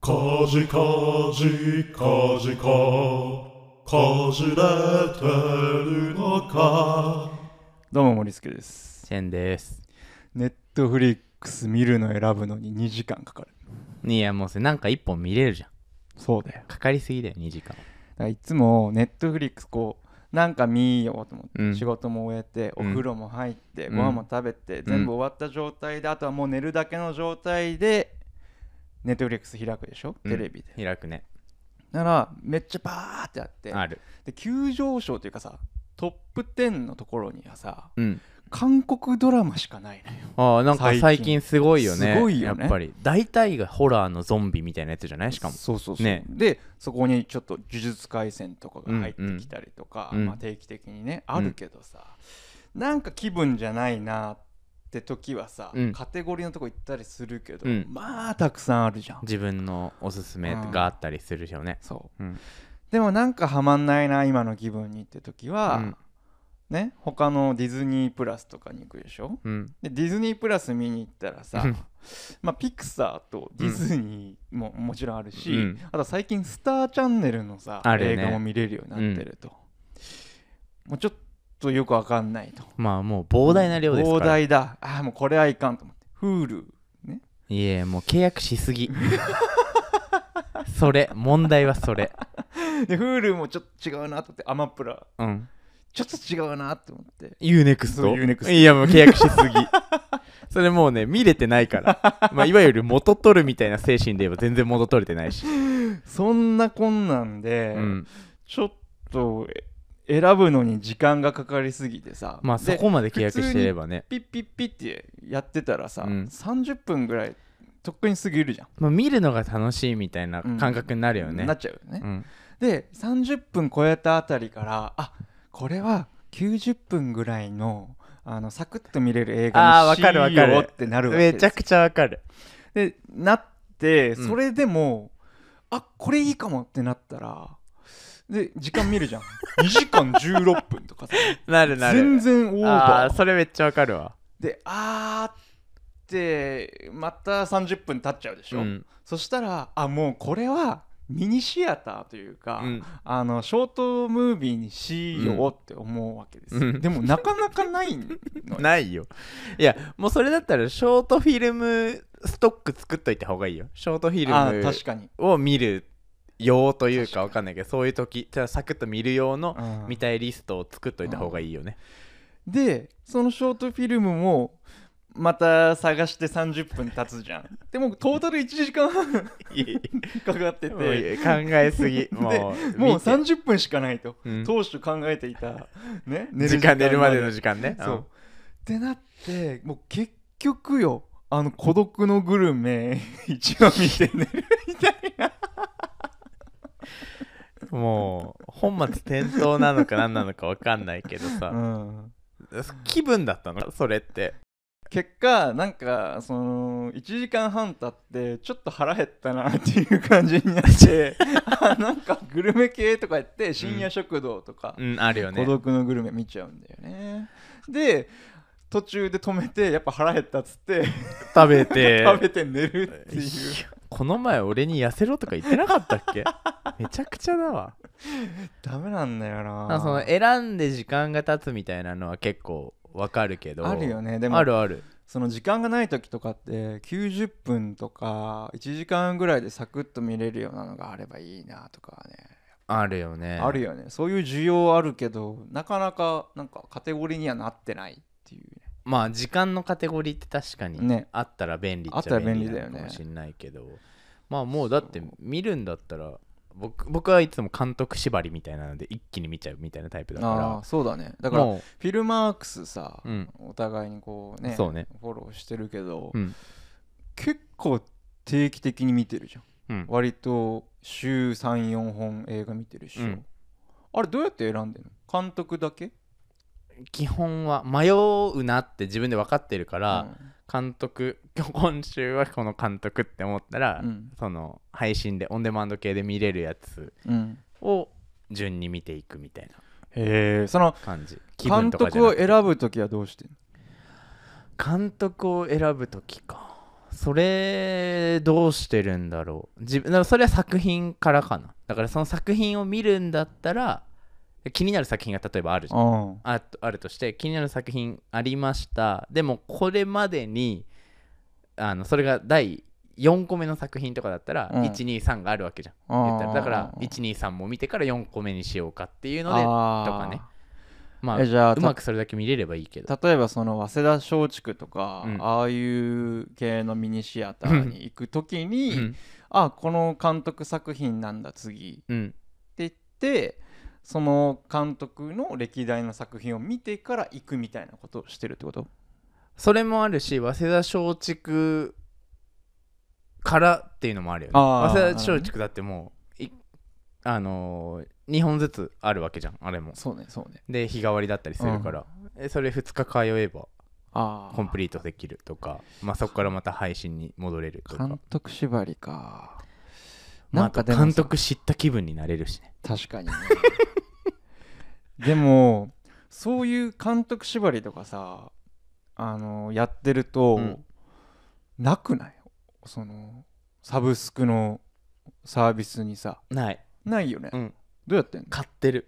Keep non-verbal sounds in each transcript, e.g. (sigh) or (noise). かじかじかじかかじれてるのかどうも森助ですチェンです。ネットフリックス見るの選ぶのに2時間かかるいや、もうそれなんか一本見れるじゃん。そうだよかかりすぎだよ、2時間。だからいつもネットフリックスこうなんか見ようと思って、うん仕事も終えておうん風呂も入って、うんご飯も食べて、全部終わった状態であとはもう寝るだけの状態でネットフリックス開くでしょ、テレビで開くね。ならめっちゃバーってあってある。で急上昇というかさトップ10のところにはさうん。韓国ドラマしかないのよああ、なんか最近最近すごいよね。すごいよねやっぱり。大体がホラーのゾンビみたいなやつじゃないしかも。そうそうそう、ねでそこにちょっと呪術廻戦とかが入ってきたりとか、うんうんまあ、定期的にね、あるけどさなんか気分じゃないなって時はさ、うんカテゴリーのとこ行ったりするけど、うんまあたくさんあるじゃん自分のおすすめがあったりするよね。そう、うんでもなんかハマんないな今の気分にって時は、うんね他のディズニープラスとかに行くでしょうん。でディズニープラス見に行ったらさうんまあピクサーとディズニーももちろんあるし、うんあと最近スターチャンネルのさ、あるよ映ね画も見れるようになってると、もうちょっとよくわかんないとまあもう膨大な量ですか膨ら。大だああもうこれはいかんと思って Hulu ねいや、もう契約しすぎ。それ、問題はそれ。で Hulu もちょっと違うなと思ってアマプラうん。ちょっと違うなと思って UNEXT? そう Unext いやもう契約しすぎ (laughs) それもうね見れてない (laughs) から、まあ、いわゆる元取るみたいな精神で言えば全然元取れてないし、そんなこんなんで、うん、ちょっとえ選ぶのに時間がかかりすぎてさまあそでこまで契約してればね、ピッピッピッってやってたらさ、うん30分ぐらいとっくに過ぎるじゃんまあ、見るのが楽しいみたいな感覚になるよね、なっちゃうよね、うんで30分超えたあたりからあこれは90分ぐらいのあのサクッと見れる映画あーわにしよかるわかるうってなるわけめですちゃくちゃわかるでなってうんそれでも、あこれいいかもってなったらで時間見るじ (laughs) ゃん2時間16分とかさなるなる全然オーあバあーそれめっちゃわかるわであーってまた30分経っちゃうでしょ、うんそしたらあもうこれはミニシアターというか、うんあのショートムービーにしようって思うわけですよ、うんでもなかなか (laughs) ないのよないよいやもうそれだったらショートフィルムストック作っといた方がいいよショートフィルあム確かに、を見る用というかわかんないけどそういう時ただサクッと見る用のうん見たいリストを作っといた方がいいよね、 (laughs) でそのショートフィルムもまた探して30分経つじゃんでもトータル1時間半かかって (laughs) もういてい考えす (laughs) ぎでもうもう見て30分しかないと、うん当初考えていた、ね、時間寝るまでの時間ねそう。ってなってもう結局よあの孤独のグルメ (laughs) 一話見て寝るみたいなうんもう本末転倒なのか何なのかわかんないけどさ、うん気分だったのそれって結果なんかその1時間半経ってちょっと腹減ったなっていう感じになって (laughs) あなんかグルメ系とか言って深夜食堂とか、うんあるよね孤独のグルメ見ちゃうんだよねで途中で止めてやっぱ腹減ったっつって (laughs) 食べて食べて寝るっていういやこの前俺に痩せろとか言ってなかったっ (laughs) けめちゃくちゃだわダメなんだよなあその選んで時間が経つみたいなのは結構わかるけどあるよねでもあるあるその時間がない時とかって90分とか1時間ぐらいでサクッと見れるようなのがあればいいなとかはね、あるよねあるよねそういう需要あるけどなかなかなんかカテゴリーにはなってないっていうねまあ時間のカテゴリーって確かにねあったら便利あっっちたらゃ便便利利だなよねのかもしれないけど、まあもうだって見るんだったら僕僕はいつも監督縛りみたいなので一気に見ちゃうみたいなタイプだからああーそうだねだからフもィルマークスさ、う、うんお互いにこうねそうねフォローしてるけど、うん結構定期的に見てるじゃんうん、割と週34本映画見てるでしょ、うんあれどうやって選んでんの監督だけ基本は迷うなって自分で分かってるから、うん監督 (laughs) 今日今週はこの監督って思ったら、うんその配信でオンデマンド系で見れるやつうん、を順に見ていくみたいなへえその感じ気分監とか督じゃなをくて選ぶ時はどうしてんの監督を選ぶ時かそれどうしてるんだろう自分だからそれは作品からかなだからその作品を見るんだったら気になる作品が例えばあるじゃんうんああるとして気になる作品ありましたでもこれまでにあのそれが第4個目の作品とかだったら、うん123があるわけじゃん言ったらだから123も見てから4個目にしようかっていうのあでーとかねまあえじゃあうまくそれだけ見れればいいけど例えばその早稲田松竹とか、うんああいう系のミニシアターに行く時うに、んあこの監督作品なんだ次ってうん言ってその監督の歴代の作品を見てから行くみたいなことをしてるってことそれもあるし早稲田松竹からっていうのもあるよねあー早稲田松竹だってもういあの2本ずつあるわけじゃんあれもそうねそうねで日替わりだったりするから、えそれ2日通えばああコンプリートできるとかまあ、そこからまた配信に戻れるとか監督縛りかまあ、なあんかとでもさ監督知った気分になれるしね確かにね (laughs) でもそういう監督縛りとかさあのやってると、うんなくないそのサブスクのサービスにさない、ないよね、うん、どうやってんの買ってる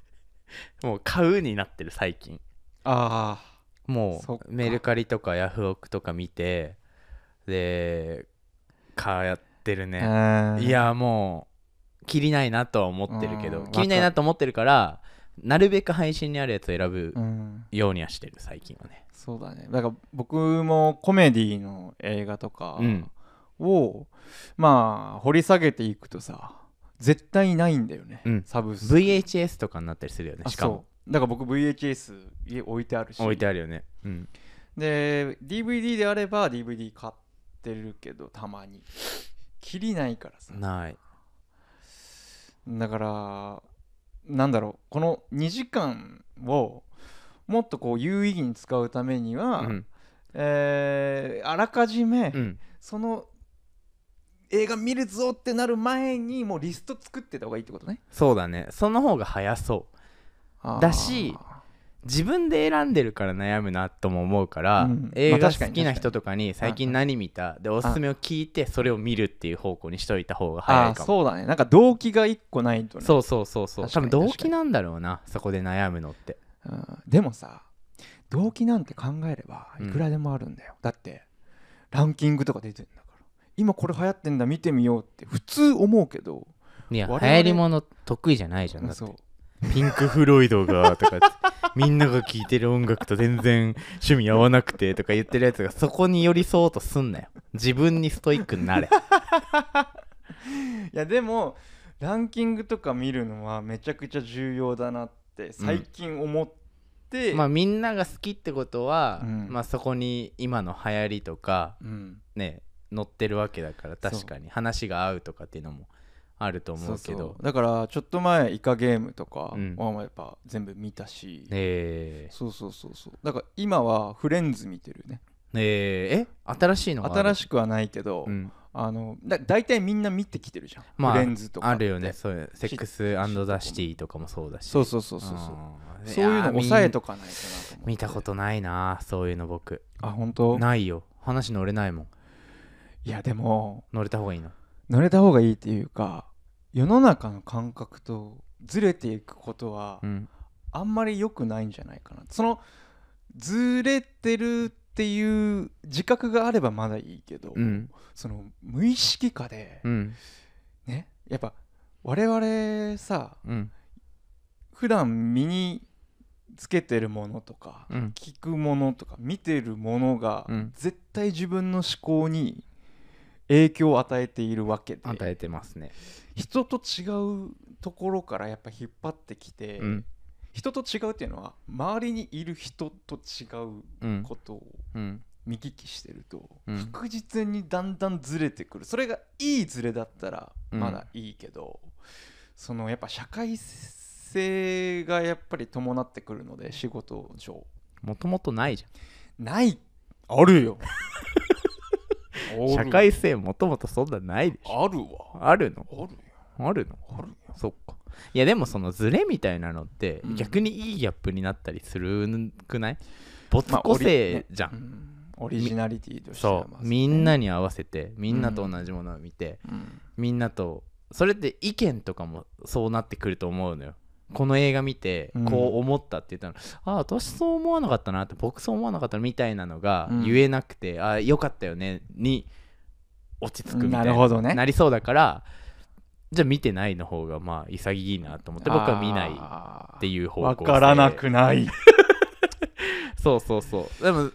(laughs) もう買うになってる最近あもそっかうメルカリとかヤフオクとか見てで買ってるあ、ね、いやもう切りないなとは思ってるけうどん切りないなと思ってるからなるべく配信にあるやつを選ぶうんようにはしてる最近はねそうだねだから僕もコメディの映画とかうんを、まあ掘り下げていくとさ絶対ないんだよね、うんサブスク VHS とかになったりするよねあしかもそうだから僕 VHS 家置いてあるし置いてあるよねうんで DVD であれば DVD 買ってるけどたまに切りないからさないだからなんだろうこの2時間をもっとこう有意義に使うためには、うんえーあらかじめ、うんその映画見るぞってなる前にもうリスト作ってた方がいいってことねそうだねその方が早そうだし自分で選んでるから悩むなとも思うから、うん映まあ画確か好にきな人とかに最近何見たでおすすめを聞いてそれを見るっていう方向にしといた方が早あいーかもそうだねなんか動機が1個ないとねそうそうそうそう確か多に分動機なんだろうなそこで悩むのってうんでもさ動機なんて考えればいくらでもあるんだよ、だってランキングとか出てんだから今これ流行ってんだ見てみようって普通思うけどいや流我々行りもの得意じゃないじゃんだってそうピンク・フロイドがとかみんなが聴いてる音楽と全然趣味合わなくてとか言ってるやつがそこに寄り添おうとすんなよ自分にストイックになれいやでもランキングとか見るのはめちゃくちゃ重要だなって最近思って、 (laughs) まあみんなが好きってことは、うんまあそこに今の流行りとかうん、ね乗ってるわけだから確かに話が合うとかっていうのもあると思そううけけどどだからちょっと前イカゲームとかうんはやっぱ全部見たし、えー、そうそうそうそうだから今はフレンズ見てるねえー、え新しいのがある新しくはないけど、うん、あのだ大体みんな見てきてるじゃん、まあフレンズとかってあるよねそういうセックスザ・シティとかもそうだしそうそうそうそうそうあーそういうのやー抑えとかないかなと思って見たことないなそういうの僕あ本当ないよ話乗れないもんいやでも乗れた方がいいの乗れた方がいいっていうか世の中の感覚とずれていくことはうんあんまり良くないんじゃないかなそのずれてるっていう自覚があればまだいいけど、うんその無意識化で、うんねやっぱ我々さうん普段身につけてるものとか、うん聞くものとか見てるものが、うん絶対自分の思考に影響を与えているわけで与えてますね人と違うところからやっぱ引っ張ってきて、うん人と違うっていうのは周りにいる人と違ううんことをうん見聞きしてると、うん確実にだんだんずれてくるそれがいいずれだったらうんまだいいけど、そのやっぱ社会性がやっぱり伴ってくるので仕事上もともとないじないある (laughs) よゃん社会性もともとそんなないでしょあるわあるのあるよあるのあるよそっかいやでもそのズレみたいなのってうん逆にいいギャップになったりするくない没まあ個折りね性じゃんうんオリジナリティとしてはそまうあみんなに合わせてみんなと同じものを見て、うんみんなとそれって意見とかもそうなってくると思うのよこの映画見てうんこう思ったって言ったら、ああ私そう思わなかったなって僕そう思わなかったなみたいなのがうん言えなくて、ああよかったよねに落ち着くみたいななるほどねなりそうだからじゃあ見てないの方がまあ潔いなと思って僕は見ないっっていう方向わ性からなくないそうそうそうでも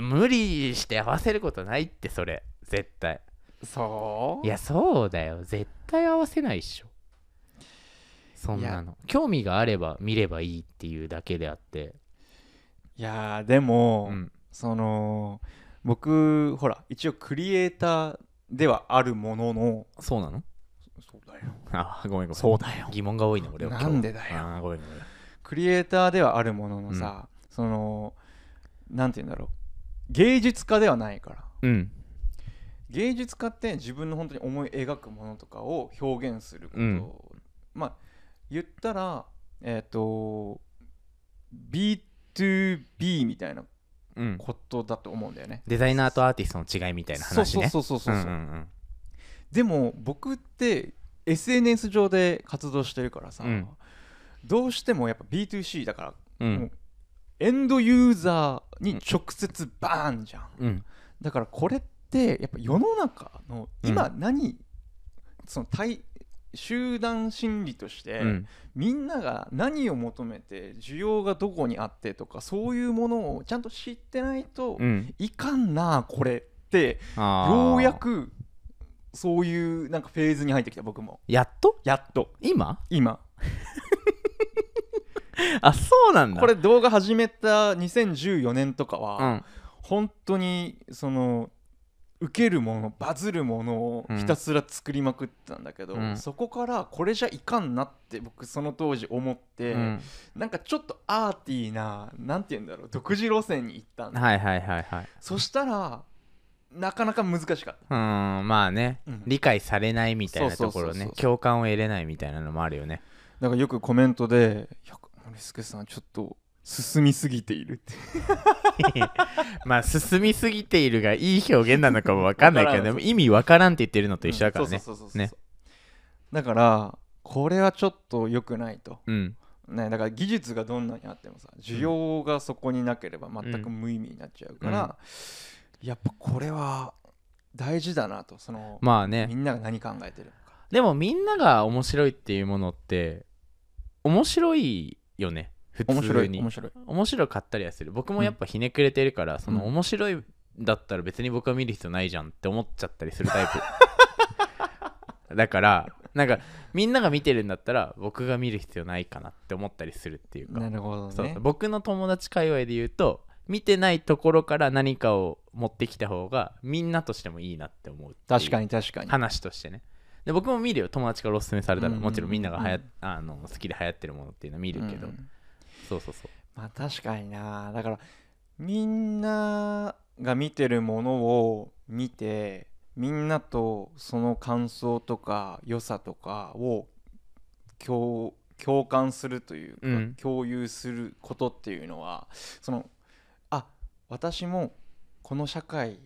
無理して合わせることないってそれ絶対そういいやそうだよ絶対合わせないっしょそんいなやの興味があれば見ればいいっていうだけであってやーでも、うんその僕ほら一応クリエイターではあるもののそうなのそうだよあごめんごめんそうだよ疑問が多いね俺は今日なんでだよあーごめんごめんクリエイターではあるもののさ、そのなんて言うんだろう芸術家ではないからうん芸術家って自分の本当に思い描くものとかを表現すること、うんまあ言ったらえっ、と B2B みたいなうんことだと思うんだよね。デザイナーとアーティストの違いみたいなそう話そうねそうそうそう,、んんんでも僕って SNS 上で活動してるからさ、うんどうしてもやっぱ B2C だから、うんもうエンドユーザーに直接バーンじゃん、うんだからこれってやっぱ世の中の今何、その対集団心理として、うんみんなが何を求めて需要がどこにあってとかそういうものをちゃんと知ってないとうんいかんなこれってあーようやくそういうなんかフェーズに入ってきた僕もやっとやっと今今あそうなんだこれ動画始めた2014年とかうはん本当にその受けるものバズるものをうんひたすら作りまくったんだけど、うんそこからこれじゃいかんなって僕その当時思って、うんなんかちょっとアーティーななんて言うんだろう独自路線に行ったんだはいはいはいはいそしたらなかなか難しかったうーんまあね、うん理解されないみたいなところそうそうそうねそう共感を得れないみたいなのもあるよねだからよくコメントで「いや森助さんちょっと進みすぎている」ってまあ進みすぎているがいい表現なのかもわかんないけわどからでんも意味わからんって言ってるのと一緒だからうんねそうそうそうそうそうねだからこれはちょっと良くないと、うんね、だから技術がどんなにあってもさ需要がそこになければ全く無意味になっちゃうから、やっぱこれは大事だなとその、まあみねんなが何考えてるのかでもみんなが面白いっていうものって面白いよね普通面に白い面白い面白かったりはする僕もやっぱひねくれてるから、その面白いだったら別に僕は見る必要ないじゃんって思っちゃったりするタイ (laughs) プだからなんかみんなが見てるんだったら僕が見る必要ないかなって思ったりするっていうか、なるほどねそうそう僕の友達界隈で言うと見てないところから何かを持ってきた方がみんなとしてもいいなって思うっていう確かに確かに話としてねで僕も見るよ友達からおすすめされたら、うんもちろんみんながはや、うんあの好きで流行ってるものっていうのは見るけど、うんそうそうそうまあ確かになだからみんなが見てるものを見てみんなとその感想とか良さとかを共共感するというか、うん共有することっていうのはそのあ私もこの社会う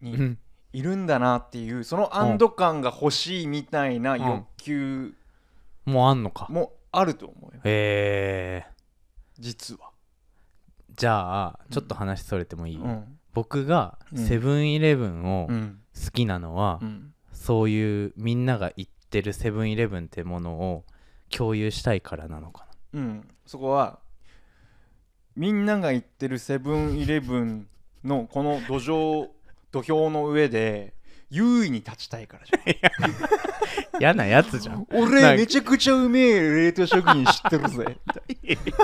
にんいるんだなっていう、その安堵感が欲しいみたいな欲求もうあんのかもあると思うよ、え実は。ー、じゃあうんちょっと話それてもいい、うん僕がうんセブンイレブンをうん好きなのは、うんそういうみんなが行ってるセブンイレブンってものを共有したいからなのかうん、そこはみんなが言ってるセブンイレブンのこの土壌土俵の上で優位に立ちたいからじゃな嫌なやつじ (laughs) ゃんん俺めちゃくちゃうめえ冷凍食品知ってるぜ (laughs)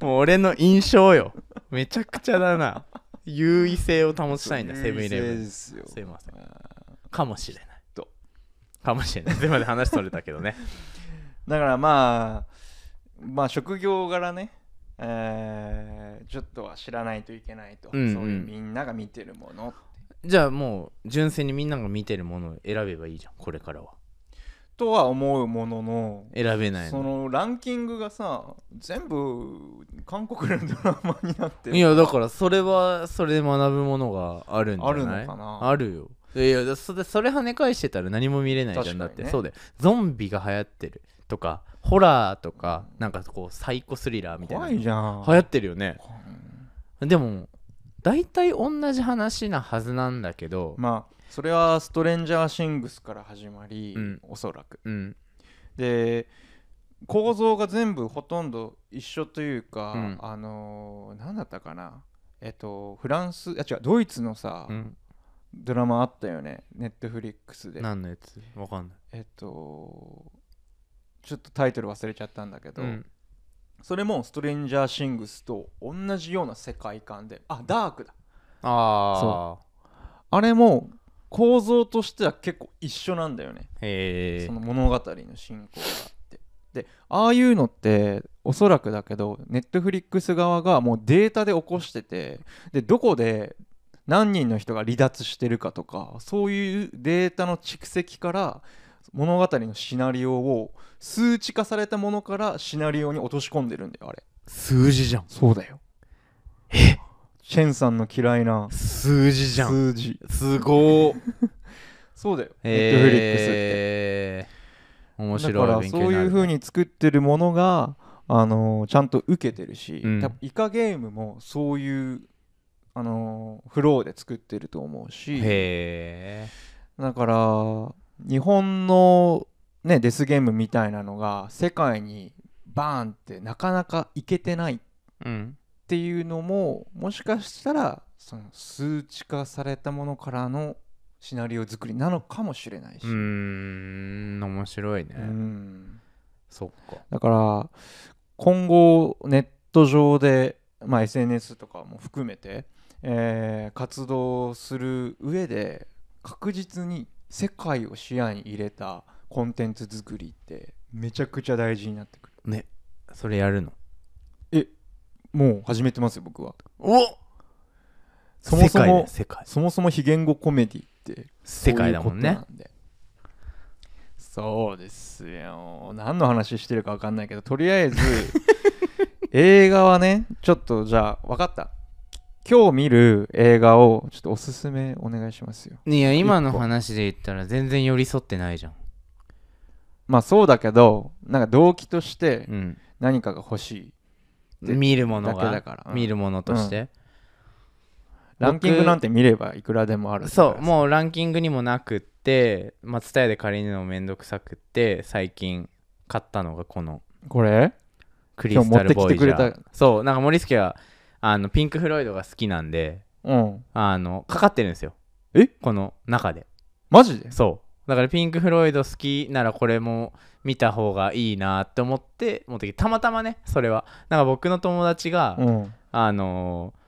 もう俺の印象よめちゃくちゃだな優位性を保ちたいんだセブンイレブ優位性ンですよすいませんあかもしれないとかもしれないでまで話それた (laughs) けどねーだからまあまあ職業柄ねえーちょっとは知らないといけないと、うんうんそういうみんなが見てるものじゃあもう純粋にみんなが見てるものを選べばいいじゃんこれからはとは思うものの選べないそののランキングがさ全部韓国のドラマになってるいやだからそれはそれで学ぶものがあるんじゃないあるのかなあるよいやいやそれそれ跳ね返してたら何も見れないじゃん、だっ確かにてねそうだよゾンビが流行ってるとかホラーとかなんかこうサイコスリラーみたいな怖いじゃん流行ってるよねでも大体同じ話なはずなんだけど、まあそれはストレンジャーシングスから始まり、うんおそらくうんで構造が全部ほとんど一緒というか、うんあのー、何だったかなえっとフランスあ違うドイツのさ、うん、ドラマあったよねネットフリックスで何のやつわかんないえっとちょっとタイトル忘れちゃったんだけど、うんそれもストレンジャーシングスと同じような世界観であダークだあああれも構造としては結構一緒なんだよねへえその物語の進行があってでああいうのっておそらくだけどネットフリックス側がもうデータで起こしててでどこで何人の人が離脱してるかとかそういうデータの蓄積から物語のシナリオを数値化されたものからシナリオに落とし込んでるんだよあれ数字じゃんそうだよえチェンさんの嫌いな数字じゃん数字すごーそうだよネットフリックスってへえ面白いだから勉そ強うにないうる風に作ってるものが、あのーちゃんと受けてるし、うん多分イカゲームもそういう、あのーフローで作ってると思うしへえだから日本の、ね、デスゲームみたいなのが世界にバーンってなかなかいけてないっうんていうのももしかしたらその数値化されたものからのシナリオ作りなのかもしれないうし。ーん面白いね、うんそっかだから今後ネット上で、まあ、SNS とかも含めて、えー活動する上で確実に世界を視野に入れたコンテンツ作りってめちゃくちゃ大事になってくるねそれやるのもう始めてますよ僕はおそもそも世界だよそもそも非言語コメディって世界世界だもんそねういうことなんでそうですよ何の話してるか分かんないけどとりあ (laughs) えず映画はねちょっとじゃあ分かった今日見る映画をちょっとおすすめお願いしますよいや今の話で言ったら全然寄り添ってないじゃんまあそうだけどなんか動機としてうん何かが欲しい、で見るものだけがだからうん見るものとして、ランキングなんて見ればいくらでもあるそうもうランキングにもなくってまあ蔦屋で借りるのめんどくさくって最近買ったのがこのうこれクリスタルボーイジャー今日持ってきてくれそうなんか森助はあのピンク・フロイドが好きなんでうんあのかかってるんですよえこの中でマジでそうだからピンク・フロイド好きならこれも見た方がいいなって思って持ってきてたまたまねそれはなんか僕の友達が、うんあのー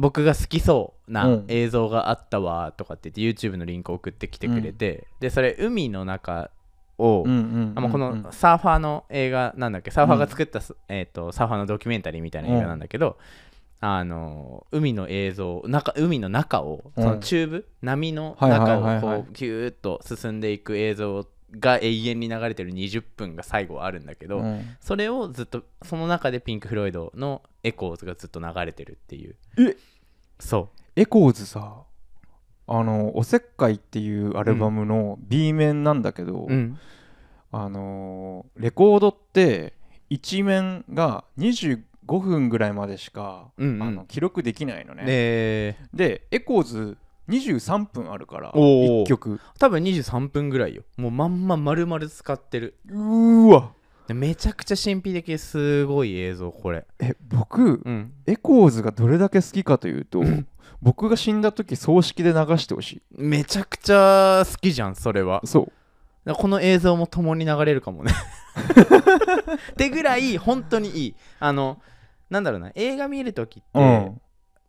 僕が好きそううなん映像があったわとかって言って YouTube のリンク送ってきてくれて、でそれ海の中を、うんうんあまあこうんうんのサーファーの映画なんだっけサーファーが作ったす、えー、とサーファーのドキュメンタリーみたいな映画なんだけど、あのー海の映像中海の中をうんそのチューブ、波のはいはいはい中はをいこうギューッと進んでいく映像が永遠に流れてる20分が最後あるんだけど、うんそれをずっとその中でピンク・フロイドの「エコーズ」がずっと流れてるっていうえそエコーズさあの「おせっかい」っていうアルバムの B 面なんだけど、う、うん、あのーレコードって1面が25分ぐらいまでしか、うんうんあの記録できないのねででエコーズ23分あるからおー1曲多分23分ぐらいよもうまんま丸々使ってるうーわでめちゃくちゃ神秘的ですごい映像これえ僕うんエコーズがどれだけ好きかというと僕が死んだ時葬式で流してほしめちゃくちゃ好きじゃんそれはいそうだからこの映像も共に流れるか (laughs) もねってぐらい本当にいいあのなんだろうな映画見るときって、うん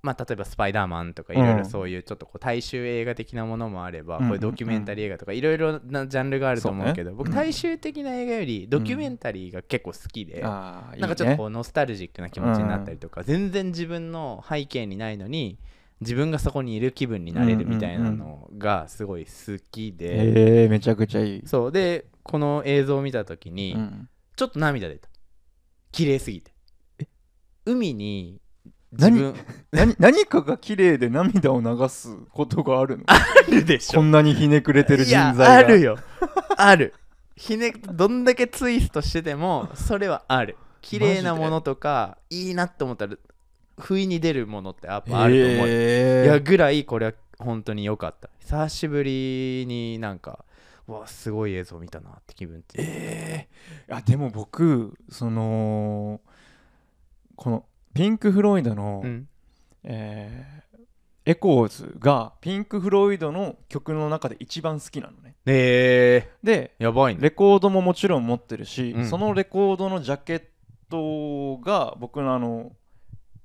まあ、例えば「スパイダーマン」とかいろいうんろそういうちょっとこう大衆映画的なものもあれば、うんこういうドキュメンタリー映画とかいろいろなジャンルがあると思うけどそうね僕うん大衆的な映画よりドキュメンタリーが結構好きで、あーいいねなんかちょっとこうノスタルジックな気持ちになったりとか、全然自分の背景にないのに自分がそこにいる気分になれるみたいなのがすごい好きで、えー、めちゃくちゃいい。そうでこの映像を見た時に、うんちょっと涙出た綺麗すぎて海に自何分何何かが綺麗で涙を流すことがあるのあるでしこんなにひねくれてるい人や材があるよあるひねどんだけツイストしててもそれはある綺麗なものとかいいなって思ったら不意に出るものってやっぱあると思う、えーいやぐらいこれは本当に良かった久しぶりになんかうわすごい映像見たなって気分って、ええあでも僕そのこのピンク・フロイドの、うんえーエコーズがピンク・フロイドの曲の中で一番好きなのねえでー、やばいねレコードももちろん持ってるし、うんそのレコードのジャケットが僕のあの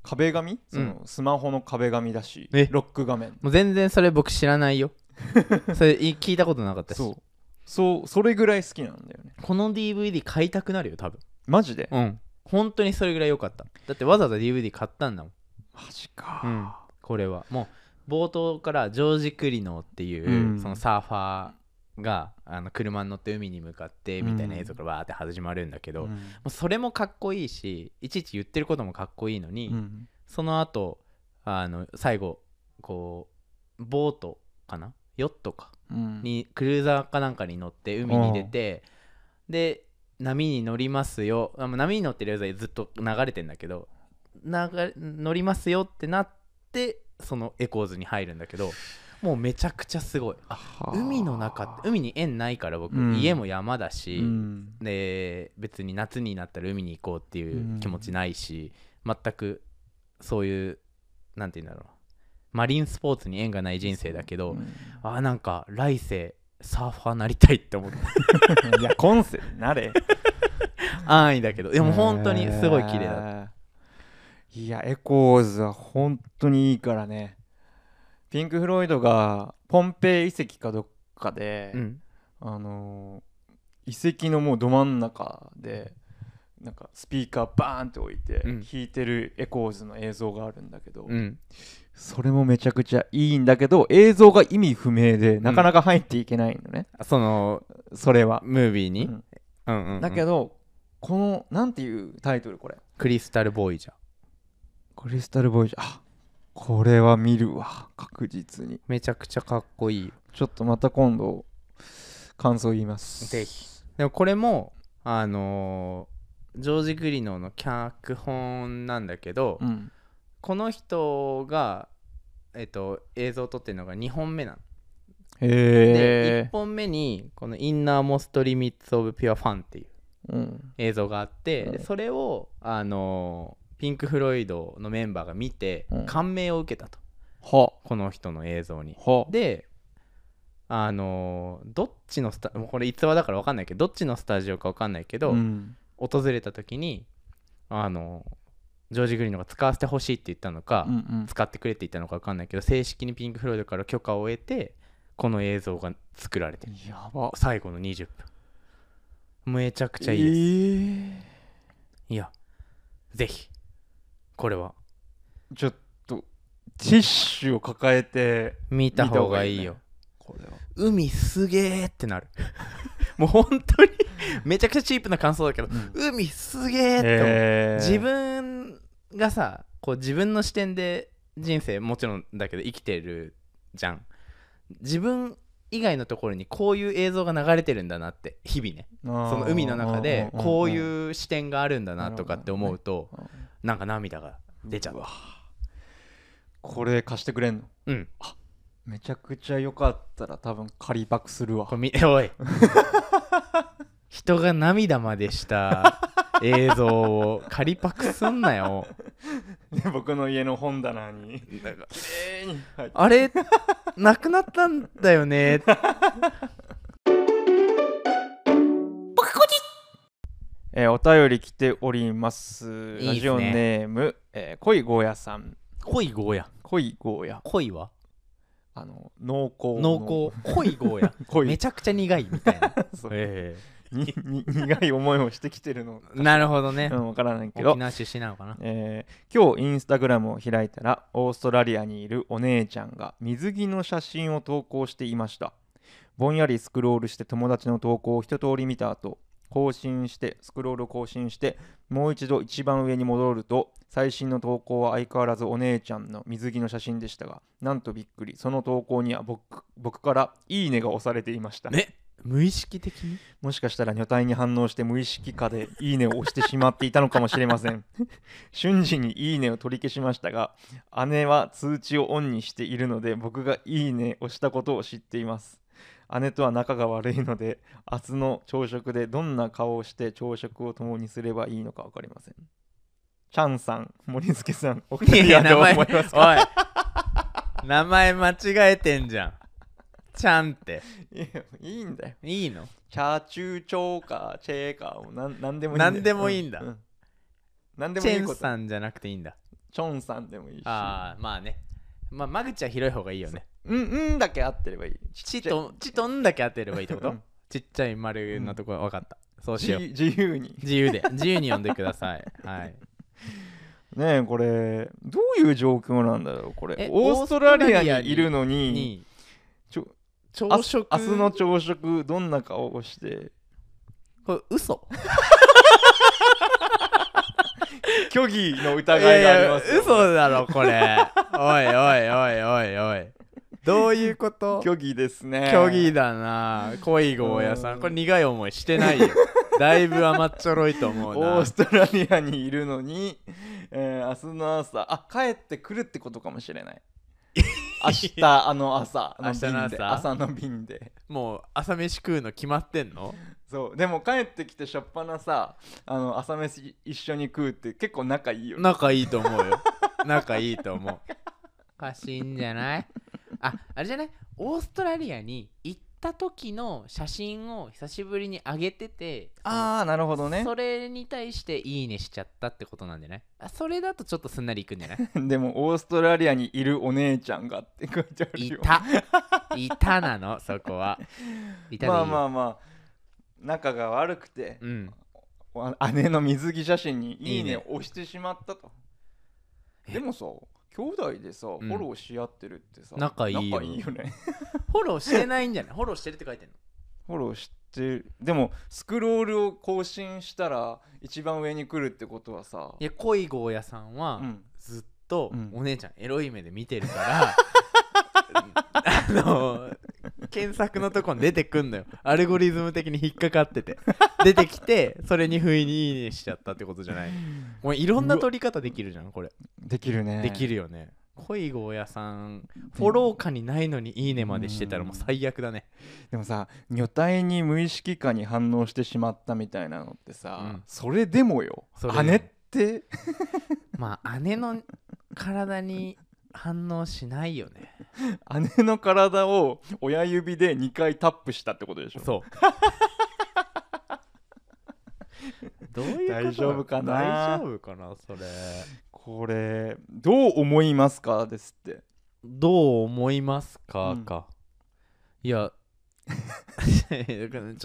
壁紙そのスマホの壁紙だし、えロック画面もう全然それ僕知らないよ (laughs) それい聞いたことなかったしそうそうそれぐらい好きなんだよねこの DVD 買いたくなるよ多分マジでうん本当にそれぐらい良かっただってわざわざ DVD 買ったんだもんマジかうんこれはもう冒頭からジョージ・クリノーっていう、うんそのサーファーがあの車に乗って海に向かってみたいなうん映像からわーって始まるんだけど、うもんうそれもかっこいいしいちいち言ってることもかっこいいのに、うんその後あの最後こうボートかなヨットかうんにクルーザーかなんかに乗って海に出てで波に乗りますよあもう波に乗ってる映像ずっと流れてんだけど流れ乗りますよってなってそのエコーズに入るんだけどもうめちゃくちゃすごいあ海の中って海に縁ないから僕、うん家も山だし、うんで別に夏になったら海に行こうっていう気持ちないし、全くそういうなんて言うんだろうマリンスポーツに縁がない人生だけど、うん (laughs) あーなんか来世サーファーなりたいって思ったいや今世になれ安易だけどでも本当にすごい綺麗だった、たいやエコーズは本当にいいからねピンク・フロイドがポンペイ遺跡かどっかで、うんあのー遺跡のもうど真ん中でなんかスピーカーバーンって置いてうん弾いてるエコーズの映像があるんだけど、うん、それもめちゃくちゃいいんだけど映像が意味不明でなかなか入っていけないのね、そのそれは、ムービーに、ううんんうんうんだけどこのなんていうタイトルこれクリスタルボーイじゃんクリスタルボーイジあこれは見るわ確実にめちゃくちゃかっこいいちょっとまた今度感想言いますぜひでもこれもあのージョージ・グリノーの脚本なんだけど、うんこの人が、えっと、映像を撮ってるのが2本目なのでへえ1本目にこの「インナーモストリミッツ・オブ・ピュア・ファン」っていううん映像があって、うんでそれをあのーピンク・フロイドのメンバーが見て、うん感銘を受けたとはこの人の映像に。はであのーどっちのスタもうこれ逸話だから分かんないけどどっちのスタジオか分かんないけど、うん訪れた時にあのージョージ・グリーンのが使わせてほしいって言ったのか、うんうん使ってくれって言ったのか分かんないけど正式にピンク・フロイドから許可を得てこの映像が作られてるやば最後の20分めちゃくちゃいいです。えいや、ぜひ、これはーちょっとティッシュを抱えて見た方がいいよ。見これは海すげーってなる。 (laughs) もう本当にめちゃくちゃチープな感想だけど、海すげーって思う、え自分がさ、こう自分の視点で人生もちろんだけど生きてるじゃん。自分以外のところにこういう映像が流れてるんだなって日々ねそその海の中でこうういう視点があるんだなとかって思うとんうんなんか涙が出ちゃうわこれ貸してくれんのうんめちゃくちゃ良かったら多分仮爆するわ (laughs) これ見 (laughs) おい人が涙までした映像を仮パクすんなよで僕の家の本棚にあれなくなったんだよねえーお便り来ておりますいいっすねラジオネーム、えー恋ゴーヤさん恋ゴーヤ恋ゴーヤ恋はあの濃厚の濃厚恋ゴーヤ (laughs) 濃いめちゃくちゃ苦いみたいな (laughs) そうえにに苦い思いをしてきてるのか (laughs) なるほどねう。ん、わからないけど沖、縄出身なのかな。えー今日インスタグラムを開いたらオーストラリアにいるお姉ちゃんが水着の写真を投稿していましたぼんやりスクロールして友達の投稿を一通り見た後更新してスクロールを更新してもう一度一番上に戻ると最新の投稿は相変わらずお姉ちゃんの水着の写真でしたがなんとびっくりその投稿には僕僕から「いいね」が押されていましたね無意識的にもしかしたら女体に反応して無意識下でいいねを押してしまっていたのかもしれません。 (laughs) 瞬時にいいねを取り消しましたが、姉は通知をオンにしているので、僕がいいねをしたことを知っています。姉とは仲が悪いので、明日の朝食でどんな顔をして朝食を共にすればいいのか分かりません。チャンさん、森助さん、お二い人やはどう名思前いますかおい名前間違えてんじゃんちゃんっていやいいんだよ。いいのチャーチューチョーカー、チェーカーもなんなんでもいいんだよ。なんでもいいんだうなんでもチいいェこンと。さんじゃなくていいんだチョンさんでもいいし。ああまあねまあ間口は広い方がいいよねうん、うんだけ合ってればいい。ちちゃいとちとんだけ当てればいいってこと、うんちっちゃい丸なとこは分かった、そうし自よう自由に。自由で自由に呼んでくださいはいねえ、これ、どういう状況なんだろう、これえ。オーストラリオーストラリアアににいるのに、にちょ朝明食日明日の朝食、どんな顔をして、これ嘘虚偽の疑いがありますいやいやよ。嘘だろこ (laughs) れおいおいおいおいおいどういうこと虚偽ですね。虚偽だな恋ゴーヤさうんんこれ苦い思いしてない (laughs) よだいぶ甘っちょろいと思うオーなストラリアにいるのに、えー明日の朝、あ帰ってくるってことかもしれ (laughs) ない。明日、あの朝の明日の便で、朝朝の便で。もう朝飯食うの決まってんのそうでも帰ってきてしょっぱなさあの朝飯一緒に食うって結構仲いいよね仲いいと思うよ仲いいと思うおかしいんじゃないああれじゃないオーストラリアに行った時の写真を久しぶりに上げててああなるほどねそれに対していいねしちゃったってことなんじゃないあそれだとちょっとすんなりいくんじゃない (laughs) でもオーストラリアにいるお姉ちゃんがって書いてある (laughs) いよたいたなの (laughs) そこはいたでいいまよあまあまあ仲が悪くて、うんお姉の水着写真に「いいいいね」ね押してしまったとえでもさ兄弟でさ、フんォローし合ってるってさ仲いいよ仲いいよね (laughs) フォローしてないんじゃない (laughs) フォローしてるって書いてんのフォローしてるでもスクロールを更新したら一番上に来るってことはさいや恋ゴーヤさんはうんずっとうんお姉ちゃんエロい目で見てる (laughs) から、あの検索のとこに出てくんのよアルゴリズム的に引っかかってて出てきてそれに不意にいいねしちゃったってことじゃ (laughs) ないもういろんな取り方できるじゃんこれできるねできるよね恋ゴーヤさんフォロー下にないのにいいねまでしてたらもう最悪だねでもさ女体に無意識下に反応してしまったみたいなのってさ、うんそれでもよそれでも姉って (laughs) まあ姉の体に反応しないよね姉の体を親指で2回タップしたってことでしょそう。 (laughs) どういうこと大丈夫かな大丈夫かなそれ。これどう思いますかですってどう思いますか、うんか。いや、ち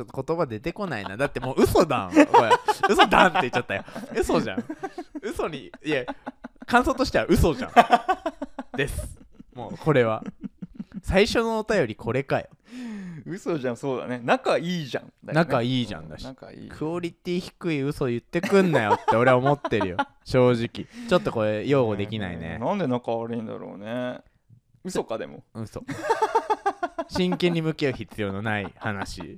ょっと言葉出てこないな。だってもう嘘だん。これ嘘だんって言っちゃったよ。嘘じゃん。嘘に、いや、感想としては嘘じゃん。です。もうこれは。最初のお便りこれかよ。嘘じゃんそうだね仲いいじゃん、だよね仲いいじゃんだしう仲いいクオリティ低い嘘言ってくんなよって俺は思ってるよ正直ちょっとこれ擁護できないねなんで仲悪いんだろうね嘘かでも嘘 (laughs) 真剣に向き合う必要のない話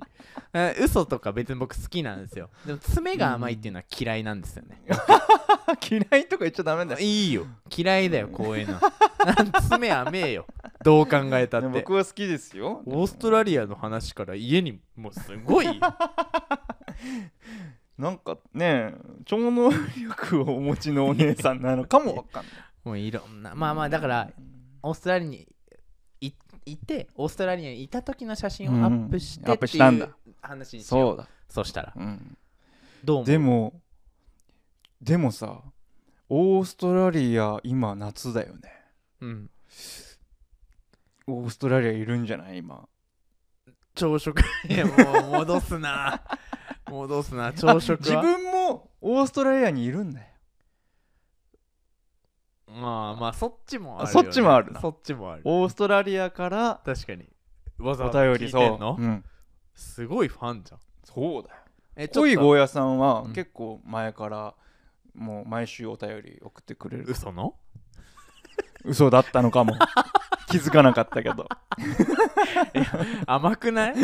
え嘘とか別に僕好きなんですよでも爪が甘いっていうのは嫌いなんですよね、 (laughs) 嫌いとか言っちゃダメだよ (laughs) いいよ嫌いだよこういうのなん爪甘えよどう考えたでっもて僕は好きですよオーストラリアの話から家にもうす (laughs) ごいなんかね超能力をお持ちのお姉さんなのかもわかんないもういろんなまあまあだからオーストラリアにいいてオーストラリアにいた時の写真をアップしてうんアッっプてしたんいだう話にしようそうだ、そしたらうん、どう思うでもでもさオーストラリア今夏だよねうん、オーストラリアいるんじゃない今 (laughs) 朝食いやもう戻すな戻すな朝食自は分もオーストラリアにいるんだよまあまあそっちもあるよ、ね、あそっちもあるなそっちもあるオーストラリアから確かにわざおわざ聞便いてりんそうの、うんすごいファンじゃんそうだよえちょっと恋ゴーヤさんはうん結構前からもう毎週お便り送ってくれる嘘の嘘だったのか (laughs) も気づかなかったけど甘くない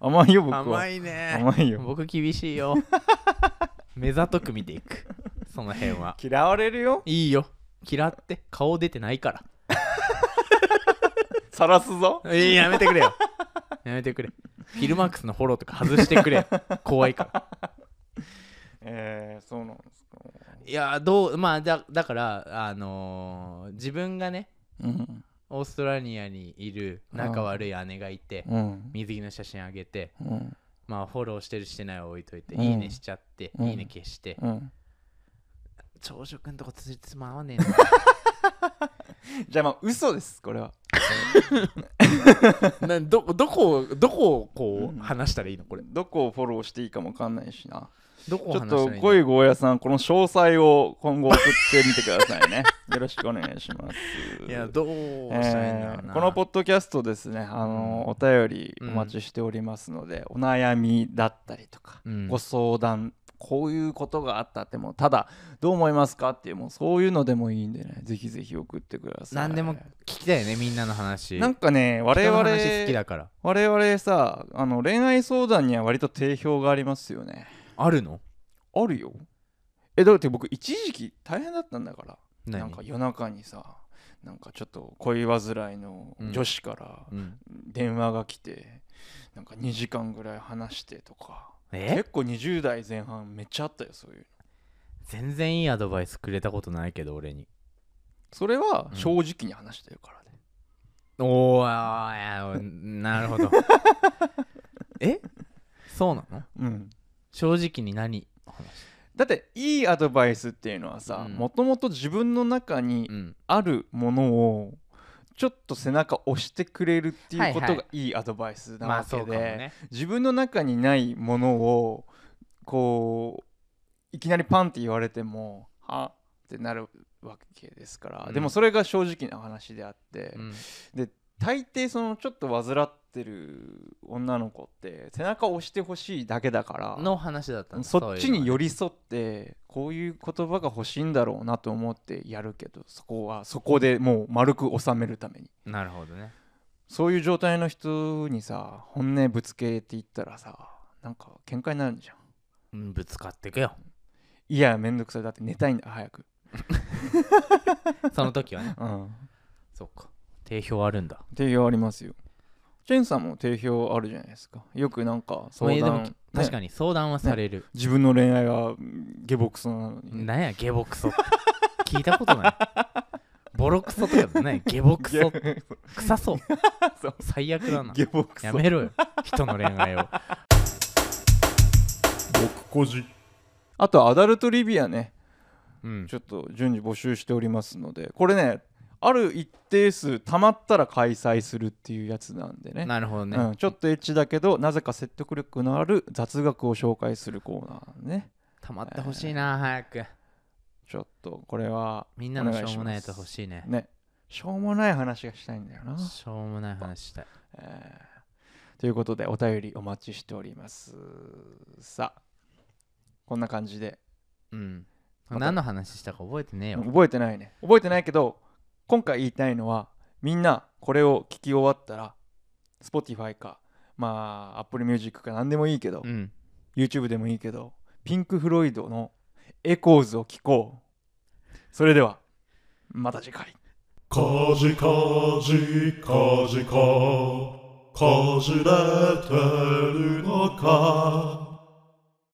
甘いよ僕は甘いね甘いよ僕厳しいよ目ざとく見ていくその辺は (laughs) 嫌われるよいいよ嫌って顔出てないかさらすぞらいややめてくれよやめてくれフィルマックスのフォローとか外してくれ怖いからえー、そうなんですかいやどうまあだだからあのー自分がねうんオーストラリアにいる仲悪い姉がいてうん水着の写真あげてうんまあフォローしてるしてないは置いといて、うんいいねしちゃって、うんいいね消して、うん朝食んとこつじつま合わねえなじゃあまあ嘘ですこれは (laughs) などどこをどこをこうんう話したらいいのこれどこをフォローしていいかもわかんないしなどこをちょっ話したとらいいのゴイゴーヤさんこの詳細を今後送ってみてくださ (laughs) いねよろしくお願いしますいやどうしたらいいんえだろうーな、このポッドキャストですねあの、お便りお待ちしておりますので、お悩みだったりとか、うんご相談こういうことがあったってもただどう思いますかっていうもうそういうのでもいいんでねぜひぜひ送ってください何でも聞きたいねみんなの話なんかね我人の々話好きだから我々さあの恋愛相談には割と定評がありますよねあるのあるよえだって僕一時期大変だったんだから何なんか夜中にさなんかちょっと恋煩いの女子からうん、電話が来て、なんか2時間ぐらい話してとかえ結構20代前半めっちゃあったよそういう全然いいアドバイスくれたことないけど俺にそれは正直に話してるからね、おーあーあーなるほど (laughs) えそうなのうん正直に何話だっていいアドバイスっていうのはさうんもともと自分の中にうんあるものをちょっと背中押してくれるっていうこはいとはがいいアドバイスなまあわそけうかもでね自分の中にないものをこういきなりパンって言われてもはってなるわけですから、うんでもそれが正直な話であって、うん大抵そのちょっと患ってる女の子って背中を押してほしいだけだからの話だったんだそっちに寄りり添ってこういう言葉が欲しいんだろうなと思ってやるけどそこはそこでもう丸く収めるためになるほどねそういう状態の人にさ本音ぶつけていったらさなんか喧嘩になるんじゃんうんぶつかってけよいやめんどくさいだって寝たいんだ早くその時はねうんっ (laughs) そっか定評あるんだてありますよチェンさんも定評あるじゃないですかよくなんか相まあ談、でも確かにに相談はされる、自分の恋愛はうん下僕そなのに、なんやゲボクソって聞いたことないボロクソとかだねゲボクソ臭 (laughs) そうそう最悪だな (laughs) 下僕やめろよ人の恋愛を僕こじあとアダルトリビアねうんちょっと順次募集しておりますのでこれねある一定数たまったら開催するっていうやつなんでねなるほどね、うん、ちょっとエッチだけどなぜか説得力のある雑学を紹介するコーナーねたまってほしいな、早くちょっとこれはみんなのしょうもないやつ欲しいねねしょうもない話がしたいんだよな、しょうもない話したいえーということでお便りお待ちしておりますさあこんな感じでうんまた何の話したか覚えてねえよ、覚えてないね覚えてないけど今回言いたいのはみんなこれを聞き終わったら Spotify かまあ Apple Music か何でもいいけど、うん、 YouTube でもいいけどピンク・フロイドの「エコーズ」を聞こうそれではまた次回かじかじかじかかじれてるのか